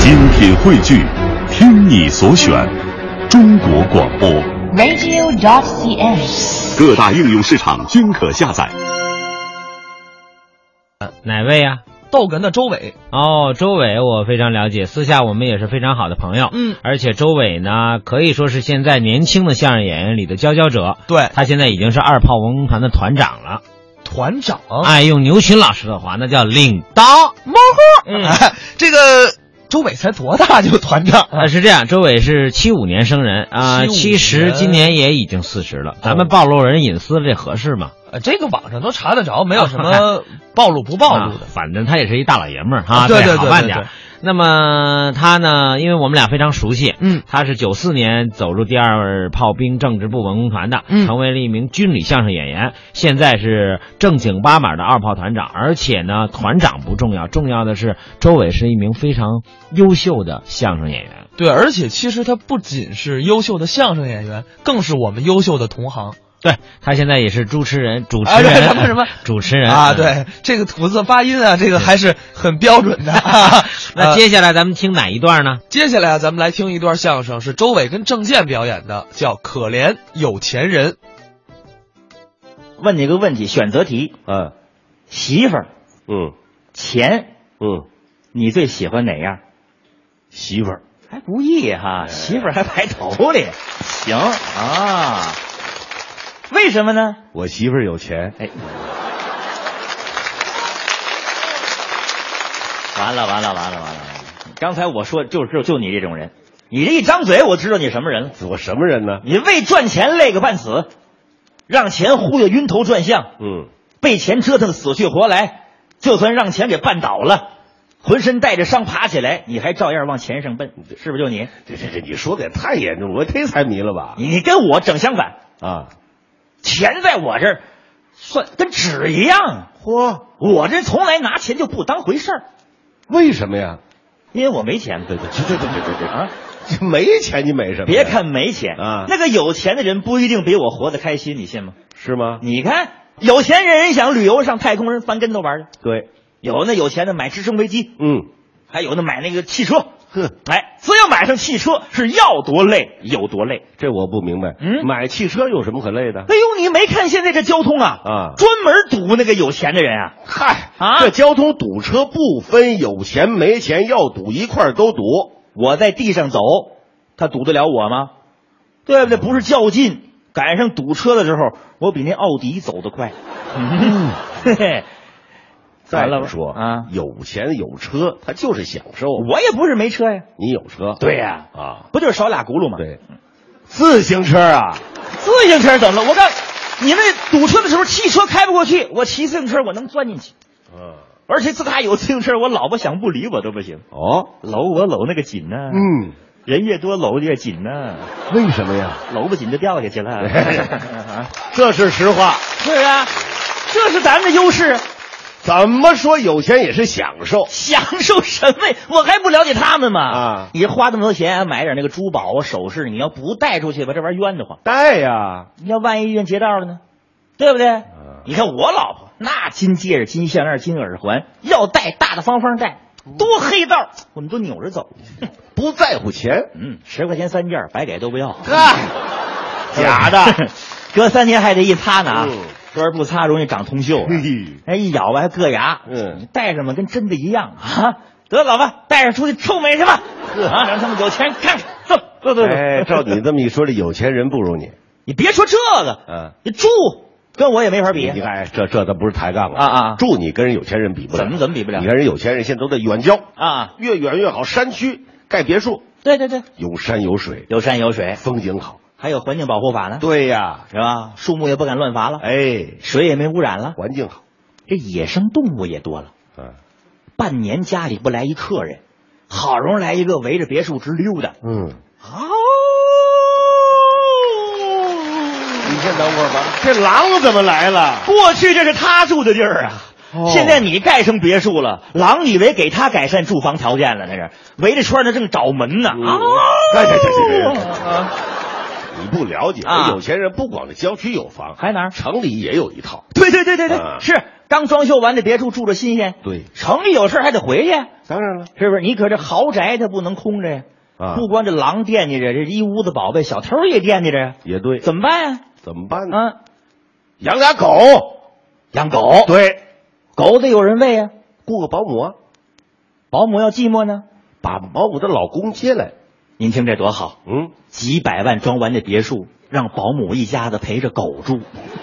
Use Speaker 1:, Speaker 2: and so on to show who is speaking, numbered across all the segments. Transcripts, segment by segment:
Speaker 1: 精品汇聚，听你所选，中国广播。
Speaker 2: radio.cn。
Speaker 1: 各大应用市场均可下载。
Speaker 3: 呃哪位呀、
Speaker 4: 逗哏的周伟，
Speaker 3: 哦，周伟，我非常了解，私下我们也是非常好的朋友。
Speaker 4: 嗯，
Speaker 3: 而且周伟呢，可以说是现在年轻的相声演员里的佼佼者。
Speaker 4: 对，
Speaker 3: 他现在已经是二炮文工团的团长了。
Speaker 4: 团长，
Speaker 3: 爱用牛群老师的话，那叫领导模糊。嗯，
Speaker 4: 哎这个周伟才多大就团长啊
Speaker 3: 呃，
Speaker 4: 了？
Speaker 3: 是这样，周伟是七五年生人啊，
Speaker 4: 75
Speaker 3: 其实今年也已经四十了。
Speaker 4: 哦
Speaker 3: 咱们暴露人隐私了，这合适吗？
Speaker 4: 呃这个网上都查得着，没有什么暴露不暴露的
Speaker 3: 啊。反正他也是一大老爷们儿哈，
Speaker 4: 啊对对
Speaker 3: 好
Speaker 4: 对
Speaker 3: 办
Speaker 4: 对
Speaker 3: 点儿
Speaker 4: 对。
Speaker 3: 那么他呢，因为我们俩非常熟悉，
Speaker 4: 嗯，
Speaker 3: 他是九四年走入第二炮兵政治部文工团的，
Speaker 4: 嗯
Speaker 3: 成为了一名军旅相声演员，现在是正经八板的二炮团长。而且呢，团长不重要，重要的是周伟是一名非常优秀的相声演员。
Speaker 4: 对，而且其实他不仅是优秀的相声演员，更是我们优秀的同行
Speaker 3: 对他现在也是主持人，主持
Speaker 4: 哎对
Speaker 3: 人、
Speaker 4: 什么什么
Speaker 3: 主持人
Speaker 4: 啊！
Speaker 3: 嗯
Speaker 4: 对，这个吐字发音啊，这个还是很标准 的。
Speaker 3: 那
Speaker 4: 呃
Speaker 3: 接下来咱们听哪一段呢？
Speaker 4: 接下来啊，咱们来听一段相声，是周伟跟郑健表演的，叫《可怜有钱人》。
Speaker 5: 问你个问题，选择题：
Speaker 6: 啊，
Speaker 5: 媳妇儿、
Speaker 6: 嗯
Speaker 5: 钱，
Speaker 6: 嗯，
Speaker 5: 你最喜欢哪样？
Speaker 6: 媳妇儿，哎
Speaker 5: 还不易哈，媳妇儿还排头里，行啊？为什么呢？
Speaker 6: 我媳妇儿有钱，
Speaker 5: 哎，完了完了完了完了完了！刚才我说就就就你这种人，你这一张嘴我知道你什么人了。
Speaker 6: 我什么人呢？
Speaker 5: 你为赚钱累个半死，让钱忽悠晕头转向，
Speaker 6: 嗯，
Speaker 5: 被钱折腾死去活来，就算让钱给绊倒了，浑身带着伤爬起来，你还照样往钱上奔，是不是就你？
Speaker 6: 这这这，你说的也太严重了，我忒财迷了吧？
Speaker 5: 你你跟我整相反，
Speaker 6: 啊，
Speaker 5: 钱在我这儿算跟纸一样，
Speaker 6: 嚯，
Speaker 5: 我这从来拿钱就不当回事儿，
Speaker 6: 为什么呀？
Speaker 5: 因为我没钱。
Speaker 6: 对对对对对对对
Speaker 5: 啊！
Speaker 6: 这没钱你美什么呀？
Speaker 5: 别看没钱
Speaker 6: 啊
Speaker 5: 那个有钱的人不一定比我活得开心，你信吗？
Speaker 6: 是吗？
Speaker 5: 你看，有钱人人想旅游上太空人翻跟头玩去，
Speaker 6: 对，
Speaker 5: 有那有钱的买直升飞机，
Speaker 6: 嗯，
Speaker 5: 还有的买那个汽车。
Speaker 6: 哼，
Speaker 5: 哎，只要买上汽车是要多累有多累。
Speaker 6: 这我不明白。
Speaker 5: 嗯
Speaker 6: 买汽车有什么可累的？
Speaker 5: 哎呦，你没看现在这交通啊，
Speaker 6: 啊
Speaker 5: 专门堵那个有钱的人啊。
Speaker 6: 嗨
Speaker 5: 啊
Speaker 6: 这交通堵车不分有钱没钱，要堵一块儿都堵。
Speaker 5: 我在地上走，他堵得了我吗？对不对？不是较劲，赶上堵车的时候，我比那奥迪走得快。嗯， 嘿嘿，
Speaker 6: 再
Speaker 5: 完了
Speaker 6: 者说
Speaker 5: 啊，
Speaker 6: 有钱有车，他就是享受。
Speaker 5: 我也不是没车呀。
Speaker 6: 你有车？
Speaker 5: 对呀
Speaker 6: 啊，
Speaker 5: 不就是少俩轱辘吗？，
Speaker 6: 对，自行车啊，
Speaker 5: 自行车怎么了？我告诉你，你们堵车的时候，汽车开不过去，我骑自行车我能钻进去。
Speaker 6: 嗯，
Speaker 5: 而且自打有自行车，我老婆想不理我都不行，
Speaker 6: 哦，
Speaker 5: 搂我搂那个紧呢、
Speaker 6: 嗯，
Speaker 5: 人越多搂越紧呢、
Speaker 6: 为什么呀？
Speaker 5: 搂不紧就掉下去了。 啊
Speaker 6: 这是实话，
Speaker 5: 是啊，这是咱们的优势，
Speaker 6: 怎么说有钱也是享受。
Speaker 5: 享受什么呀？我还不了解他们吗？
Speaker 6: 啊
Speaker 5: 你花那么多钱买点那个珠宝啊、首饰，你要不带出去吧，这玩意儿冤得慌。
Speaker 6: 带呀，
Speaker 5: 你要万一遇见劫道了呢，对不对？
Speaker 6: 啊嗯
Speaker 5: 你看我老婆那金戒指、金项链、金耳环，要戴大大方方戴，多黑道，我们都扭着走。
Speaker 6: 不在乎钱，
Speaker 5: 嗯，十块钱三件，白给都不要。
Speaker 6: 嗨，假 的，
Speaker 5: 隔三天还得一擦呢啊
Speaker 6: 嗯，
Speaker 5: 这玩意儿不擦容易长铜锈啊
Speaker 6: 嘿，
Speaker 5: 哎一咬吧还硌牙，
Speaker 6: 嗯
Speaker 5: 你戴上吧跟真的一样啊。得老婆，带上出去臭美去吧，啊，让他们有钱看看，走走走走。
Speaker 6: 哎， 照你这么一说，这有钱人不如你。
Speaker 5: 你别说这个，
Speaker 6: 嗯，
Speaker 5: 你住跟我也没法比，
Speaker 6: 你看，哎这这咱不是抬杠了
Speaker 5: 啊啊啊
Speaker 6: 住你跟人有钱人比不了，
Speaker 5: 怎么怎么比不了
Speaker 6: 你看人有钱人现在都在远郊，
Speaker 5: 啊，
Speaker 6: 越远越好，山区盖别墅，
Speaker 5: 对对对，
Speaker 6: 有山有水，
Speaker 5: 有山有水，
Speaker 6: 风景好。
Speaker 5: 还有环境保护法呢，
Speaker 6: 对呀，
Speaker 5: 是吧？树木也不敢乱伐了，
Speaker 6: 哎，
Speaker 5: 水也没污染了，
Speaker 6: 环境好，
Speaker 5: 这野生动物也多了。
Speaker 6: 嗯
Speaker 5: 半年家里不来一客人，好容易来一个，围着别墅直溜达。
Speaker 6: 嗯。
Speaker 5: 哦，
Speaker 6: 你先等会儿吧，这狼怎么来了？
Speaker 5: 过去这是他住的地儿啊，
Speaker 6: 哦
Speaker 5: 现在你盖成别墅了，狼以为给他改善住房
Speaker 6: 哦
Speaker 5: 条件了，那是围着圈儿呢，正找门呢。
Speaker 6: 嗯
Speaker 5: 哦，
Speaker 6: 哎呀呀呀呀呀
Speaker 5: 啊
Speaker 6: 你不了解，
Speaker 5: 啊
Speaker 6: 有钱人不光是郊区有房，
Speaker 5: 还哪儿
Speaker 6: 城里也有一套。
Speaker 5: 对对对对对，
Speaker 6: 啊
Speaker 5: 是刚装修完的别墅住着新鲜，
Speaker 6: 对
Speaker 5: 城里有事儿还得回去，
Speaker 6: 当然了，
Speaker 5: 是不是？你可这豪宅它不能空着呀，
Speaker 6: 啊
Speaker 5: 不光这狼惦记着，这一屋子宝贝，小偷也惦记着呀，
Speaker 6: 也对，
Speaker 5: 怎么办呀？
Speaker 6: 怎么办呢？
Speaker 5: 啊，
Speaker 6: 养俩狗，
Speaker 5: 养狗，
Speaker 6: 对，
Speaker 5: 狗得有人喂呀，
Speaker 6: 雇个保姆啊，
Speaker 5: 保姆要寂寞呢。
Speaker 6: 把保姆的老公接来。
Speaker 5: 您听这多好，
Speaker 6: 嗯，
Speaker 5: 几百万装完的别墅，让保姆一家子陪着狗住，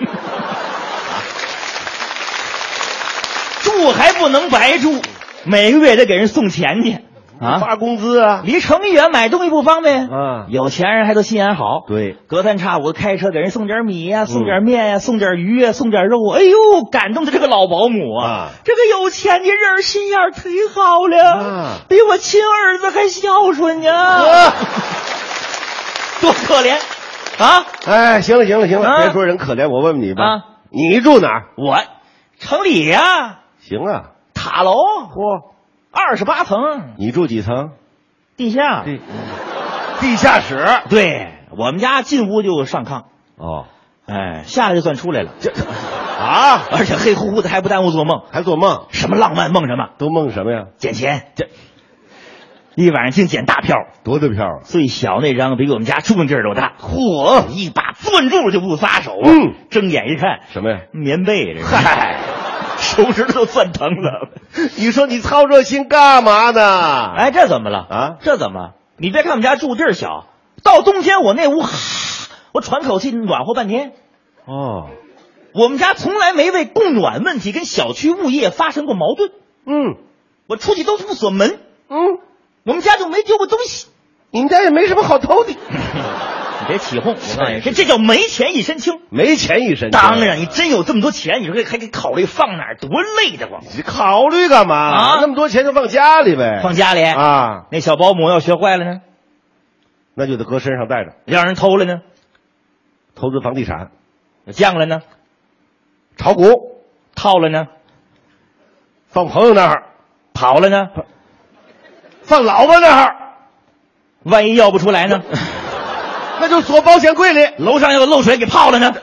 Speaker 5: 住还不能白住，每个月得给人送钱去啊。
Speaker 6: 发工资啊，
Speaker 5: 离城里远，买东西不方便
Speaker 6: 啊
Speaker 5: 有钱人还都心眼好，
Speaker 6: 对，
Speaker 5: 隔三差五开车给人送点米
Speaker 6: 嗯
Speaker 5: 呀、送点面呀、送点鱼呀、送点肉啊。哎呦，感动的这个老保姆啊，
Speaker 6: 啊
Speaker 5: 这个有钱的人儿心眼儿忒好了，
Speaker 6: 啊
Speaker 5: 比我亲儿子还孝顺呢、 多可怜啊！
Speaker 6: 哎，行了行了行了，
Speaker 5: 啊
Speaker 6: 别说人可怜，我问问你吧，
Speaker 5: 啊
Speaker 6: 你住哪儿？
Speaker 5: 我城里呀、
Speaker 6: 行啊，
Speaker 5: 塔楼
Speaker 6: 嚯，
Speaker 5: 二十八层
Speaker 6: 你住几层？
Speaker 5: 地下，
Speaker 6: 地地下室。
Speaker 5: 对我们家进屋就上炕，
Speaker 6: 哦，
Speaker 5: 哎，下来就算出来了，
Speaker 6: 这啊，
Speaker 5: 而且黑乎乎的还不耽误做梦，
Speaker 6: 还做梦，
Speaker 5: 什么浪漫梦什么。
Speaker 6: 都梦什么呀？
Speaker 5: 捡钱，这一晚上净捡大票，
Speaker 6: 多大票啊？
Speaker 5: 最小那张比我们家住那地儿都大，嚯，一把攥住就不撒手啊！
Speaker 6: 嗯，
Speaker 5: 睁眼一看，
Speaker 6: 什么呀？
Speaker 5: 棉被这是，嗨，手指头都攥疼了。
Speaker 6: 你说你操这心干嘛呢？
Speaker 5: 哎，，这怎么了
Speaker 6: 啊
Speaker 5: 这怎么了？你别看我们家住地儿小，到冬天我那屋，哈我喘口气暖和半天。
Speaker 6: 哦，
Speaker 5: 我们家从来没为供暖问题跟小区物业发生过矛盾，
Speaker 6: 嗯
Speaker 5: 我出去都不锁门，
Speaker 6: 嗯，
Speaker 5: 我们家就没丢过东西。
Speaker 6: 你们家也没什么好偷的，
Speaker 5: 你别起哄，我告诉你，这这叫没钱一身轻。
Speaker 6: 没钱一身。
Speaker 5: 当然，你，真有这么多钱，你说这还得考虑放哪儿，多累得慌。
Speaker 6: 你考虑干嘛？
Speaker 5: 啊
Speaker 6: 那么多钱就放家里呗。
Speaker 5: 放家里，
Speaker 6: 哎啊，
Speaker 5: 那小保姆要学坏了呢，
Speaker 6: 那就得搁身上带着，
Speaker 5: 让人偷了呢，
Speaker 6: 投资房地产、
Speaker 5: 降了呢，
Speaker 6: 炒股，
Speaker 5: 套了呢，
Speaker 6: 放朋友那儿，
Speaker 5: 跑了呢，
Speaker 6: 放老婆那儿，
Speaker 5: 万一要不出来呢，
Speaker 6: 那就锁保险柜里，
Speaker 5: 楼上要漏水给泡了 呢。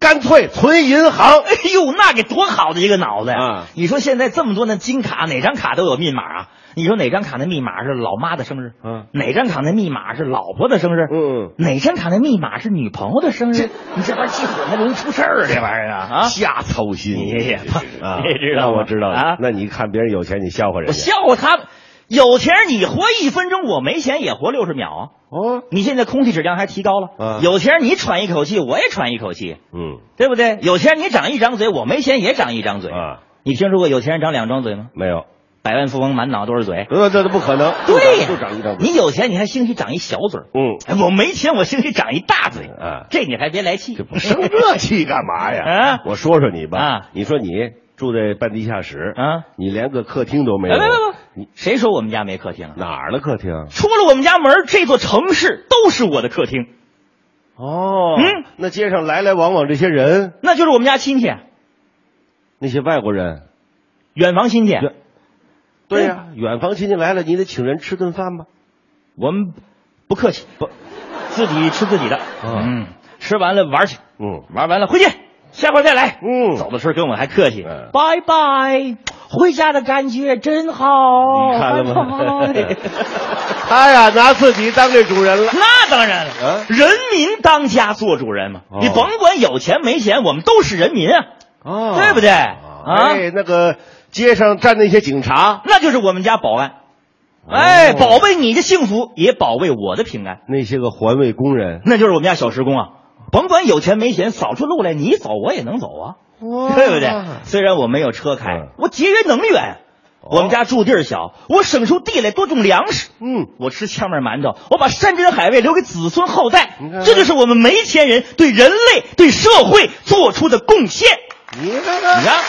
Speaker 6: 干脆存银行。
Speaker 5: 哎呦，那给多好的一个脑子呀！
Speaker 6: 啊
Speaker 5: 你说现在这么多那金卡，哪张卡都有密码啊？你说哪张卡的密码是老妈的生日？
Speaker 6: 嗯
Speaker 5: 哪张卡的密码是老婆的生日？
Speaker 6: 嗯，
Speaker 5: 哪张卡的密码是女朋友的生日？你这玩意儿记混了容易出事儿啊！这玩意儿啊啊！
Speaker 6: 瞎操心。
Speaker 5: 你也
Speaker 6: 啊，
Speaker 5: 你也知道
Speaker 6: 那
Speaker 5: 吗
Speaker 6: 我知道了
Speaker 5: 啊
Speaker 6: 那你看别人有钱，你笑话人
Speaker 5: 我
Speaker 6: 家。
Speaker 5: 笑话他们，有钱人你活一分钟，我没钱也活六十秒啊！
Speaker 6: 哦，
Speaker 5: 你现在空气质量还提高了，
Speaker 6: 啊
Speaker 5: 有钱人你喘一口气，我也喘一口气，
Speaker 6: 嗯
Speaker 5: 对不对？有钱人你长一张嘴，我没钱也长一张嘴。
Speaker 6: 啊，
Speaker 5: 你听说过有钱人长两张嘴吗？
Speaker 6: 没有，呃
Speaker 5: 百万富翁满脑都是嘴。
Speaker 6: 这这这不可能。
Speaker 5: 对呀
Speaker 6: 就长一张嘴。
Speaker 5: 你有钱你还兴许长一小嘴儿，
Speaker 6: 嗯，
Speaker 5: 哎我没钱我兴许长一大嘴
Speaker 6: 啊
Speaker 5: 这你还别来气哎
Speaker 6: 这，不生这气干嘛呀
Speaker 5: 啊？
Speaker 6: 我说说你
Speaker 5: 啊
Speaker 6: 吧，你说你住在半地下室
Speaker 5: 啊，
Speaker 6: 你连个客厅都没有
Speaker 5: 哎不不不，
Speaker 6: 你
Speaker 5: 谁说我们家没客厅啊？
Speaker 6: 哪儿的客厅？
Speaker 5: 出了我们家门儿，这座城市都是我的客厅，
Speaker 6: 哦
Speaker 5: 嗯，
Speaker 6: 那街上来来往往这些人，
Speaker 5: 那就是我们家亲戚，啊
Speaker 6: 那些外国
Speaker 5: 嗯
Speaker 6: 人，
Speaker 5: 远房亲戚。啊
Speaker 6: 远对呀，远房亲戚来了，你得请人吃顿饭吧？
Speaker 5: 我们不客气，不，自己吃自己的。嗯，吃完了玩去，
Speaker 6: 嗯
Speaker 5: 玩完了回去，下回再来。
Speaker 6: 嗯，
Speaker 5: 走的时候跟我还客气
Speaker 6: 嗯，
Speaker 5: 拜拜，回家的感觉真好。
Speaker 6: 你看了吗
Speaker 5: 拜拜
Speaker 6: 他呀，拿自己当这主人了。
Speaker 5: 那当然了，
Speaker 6: 啊
Speaker 5: 人民当家做主人嘛，
Speaker 6: 哦
Speaker 5: 你甭管有钱没钱，我们都是人民啊，
Speaker 6: 哦
Speaker 5: 对不对啊
Speaker 6: 哎，那个街上站那些警察，
Speaker 5: 那就是我们家保安，
Speaker 6: 哦
Speaker 5: 哎，保卫你的幸福，也保卫我的平安。
Speaker 6: 那些个环卫工人，
Speaker 5: 那就是我们家小时工啊，甭管有钱没钱，扫出路来你走我也能走啊，对不对？虽然我没有车开，
Speaker 6: 哦嗯
Speaker 5: 我节约能源。
Speaker 6: 哦
Speaker 5: 我们家住地儿小，我省出地来多种粮食。
Speaker 6: 嗯，
Speaker 5: 我吃炝面馒头，我把山珍海味留给子孙后代
Speaker 6: 你看。看
Speaker 5: 这就是我们没钱人对人类、对社会做出的贡献。
Speaker 6: 你看
Speaker 5: 你
Speaker 6: 看，
Speaker 5: 看，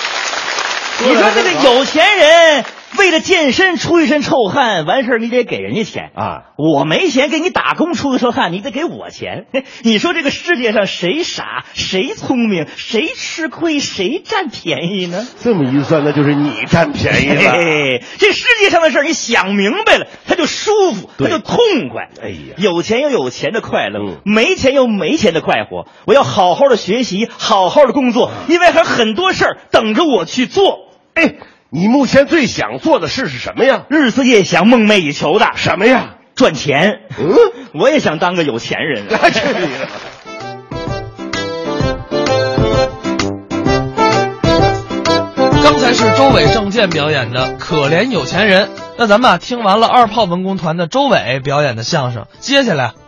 Speaker 5: 你说这个
Speaker 6: 啊说得好
Speaker 5: 有钱人为了健身出一身臭汗，完事儿你得给人家钱
Speaker 6: 啊！
Speaker 5: 我没钱给你打工出一身汗，你得给我钱。 你说这个世界上谁傻谁聪明，谁吃亏谁占便宜呢？
Speaker 6: 这么一算，那就是你占便宜了。
Speaker 5: 嘿，这世界上的事儿你想明白了，他就舒服，他
Speaker 6: 对
Speaker 5: 就痛快。
Speaker 6: 哎呀
Speaker 5: 有钱有有钱的快乐，
Speaker 6: 嗯
Speaker 5: 没钱有没钱的快活。我要好好的学习，好好的工作，
Speaker 6: 嗯
Speaker 5: 因为还有很多事儿等着我去做。
Speaker 6: 哎，你目前最想做的事是什么呀？
Speaker 5: 日思夜想、梦寐以求的
Speaker 6: 什么呀？
Speaker 5: 赚钱，
Speaker 6: 嗯，
Speaker 5: 我也想当个有钱人。啊
Speaker 6: 那去你的！
Speaker 4: 刚才是周伟、郑健表演的《可怜有钱人》。那咱们啊，听完了二炮文工团的周伟表演的相声，接下来咱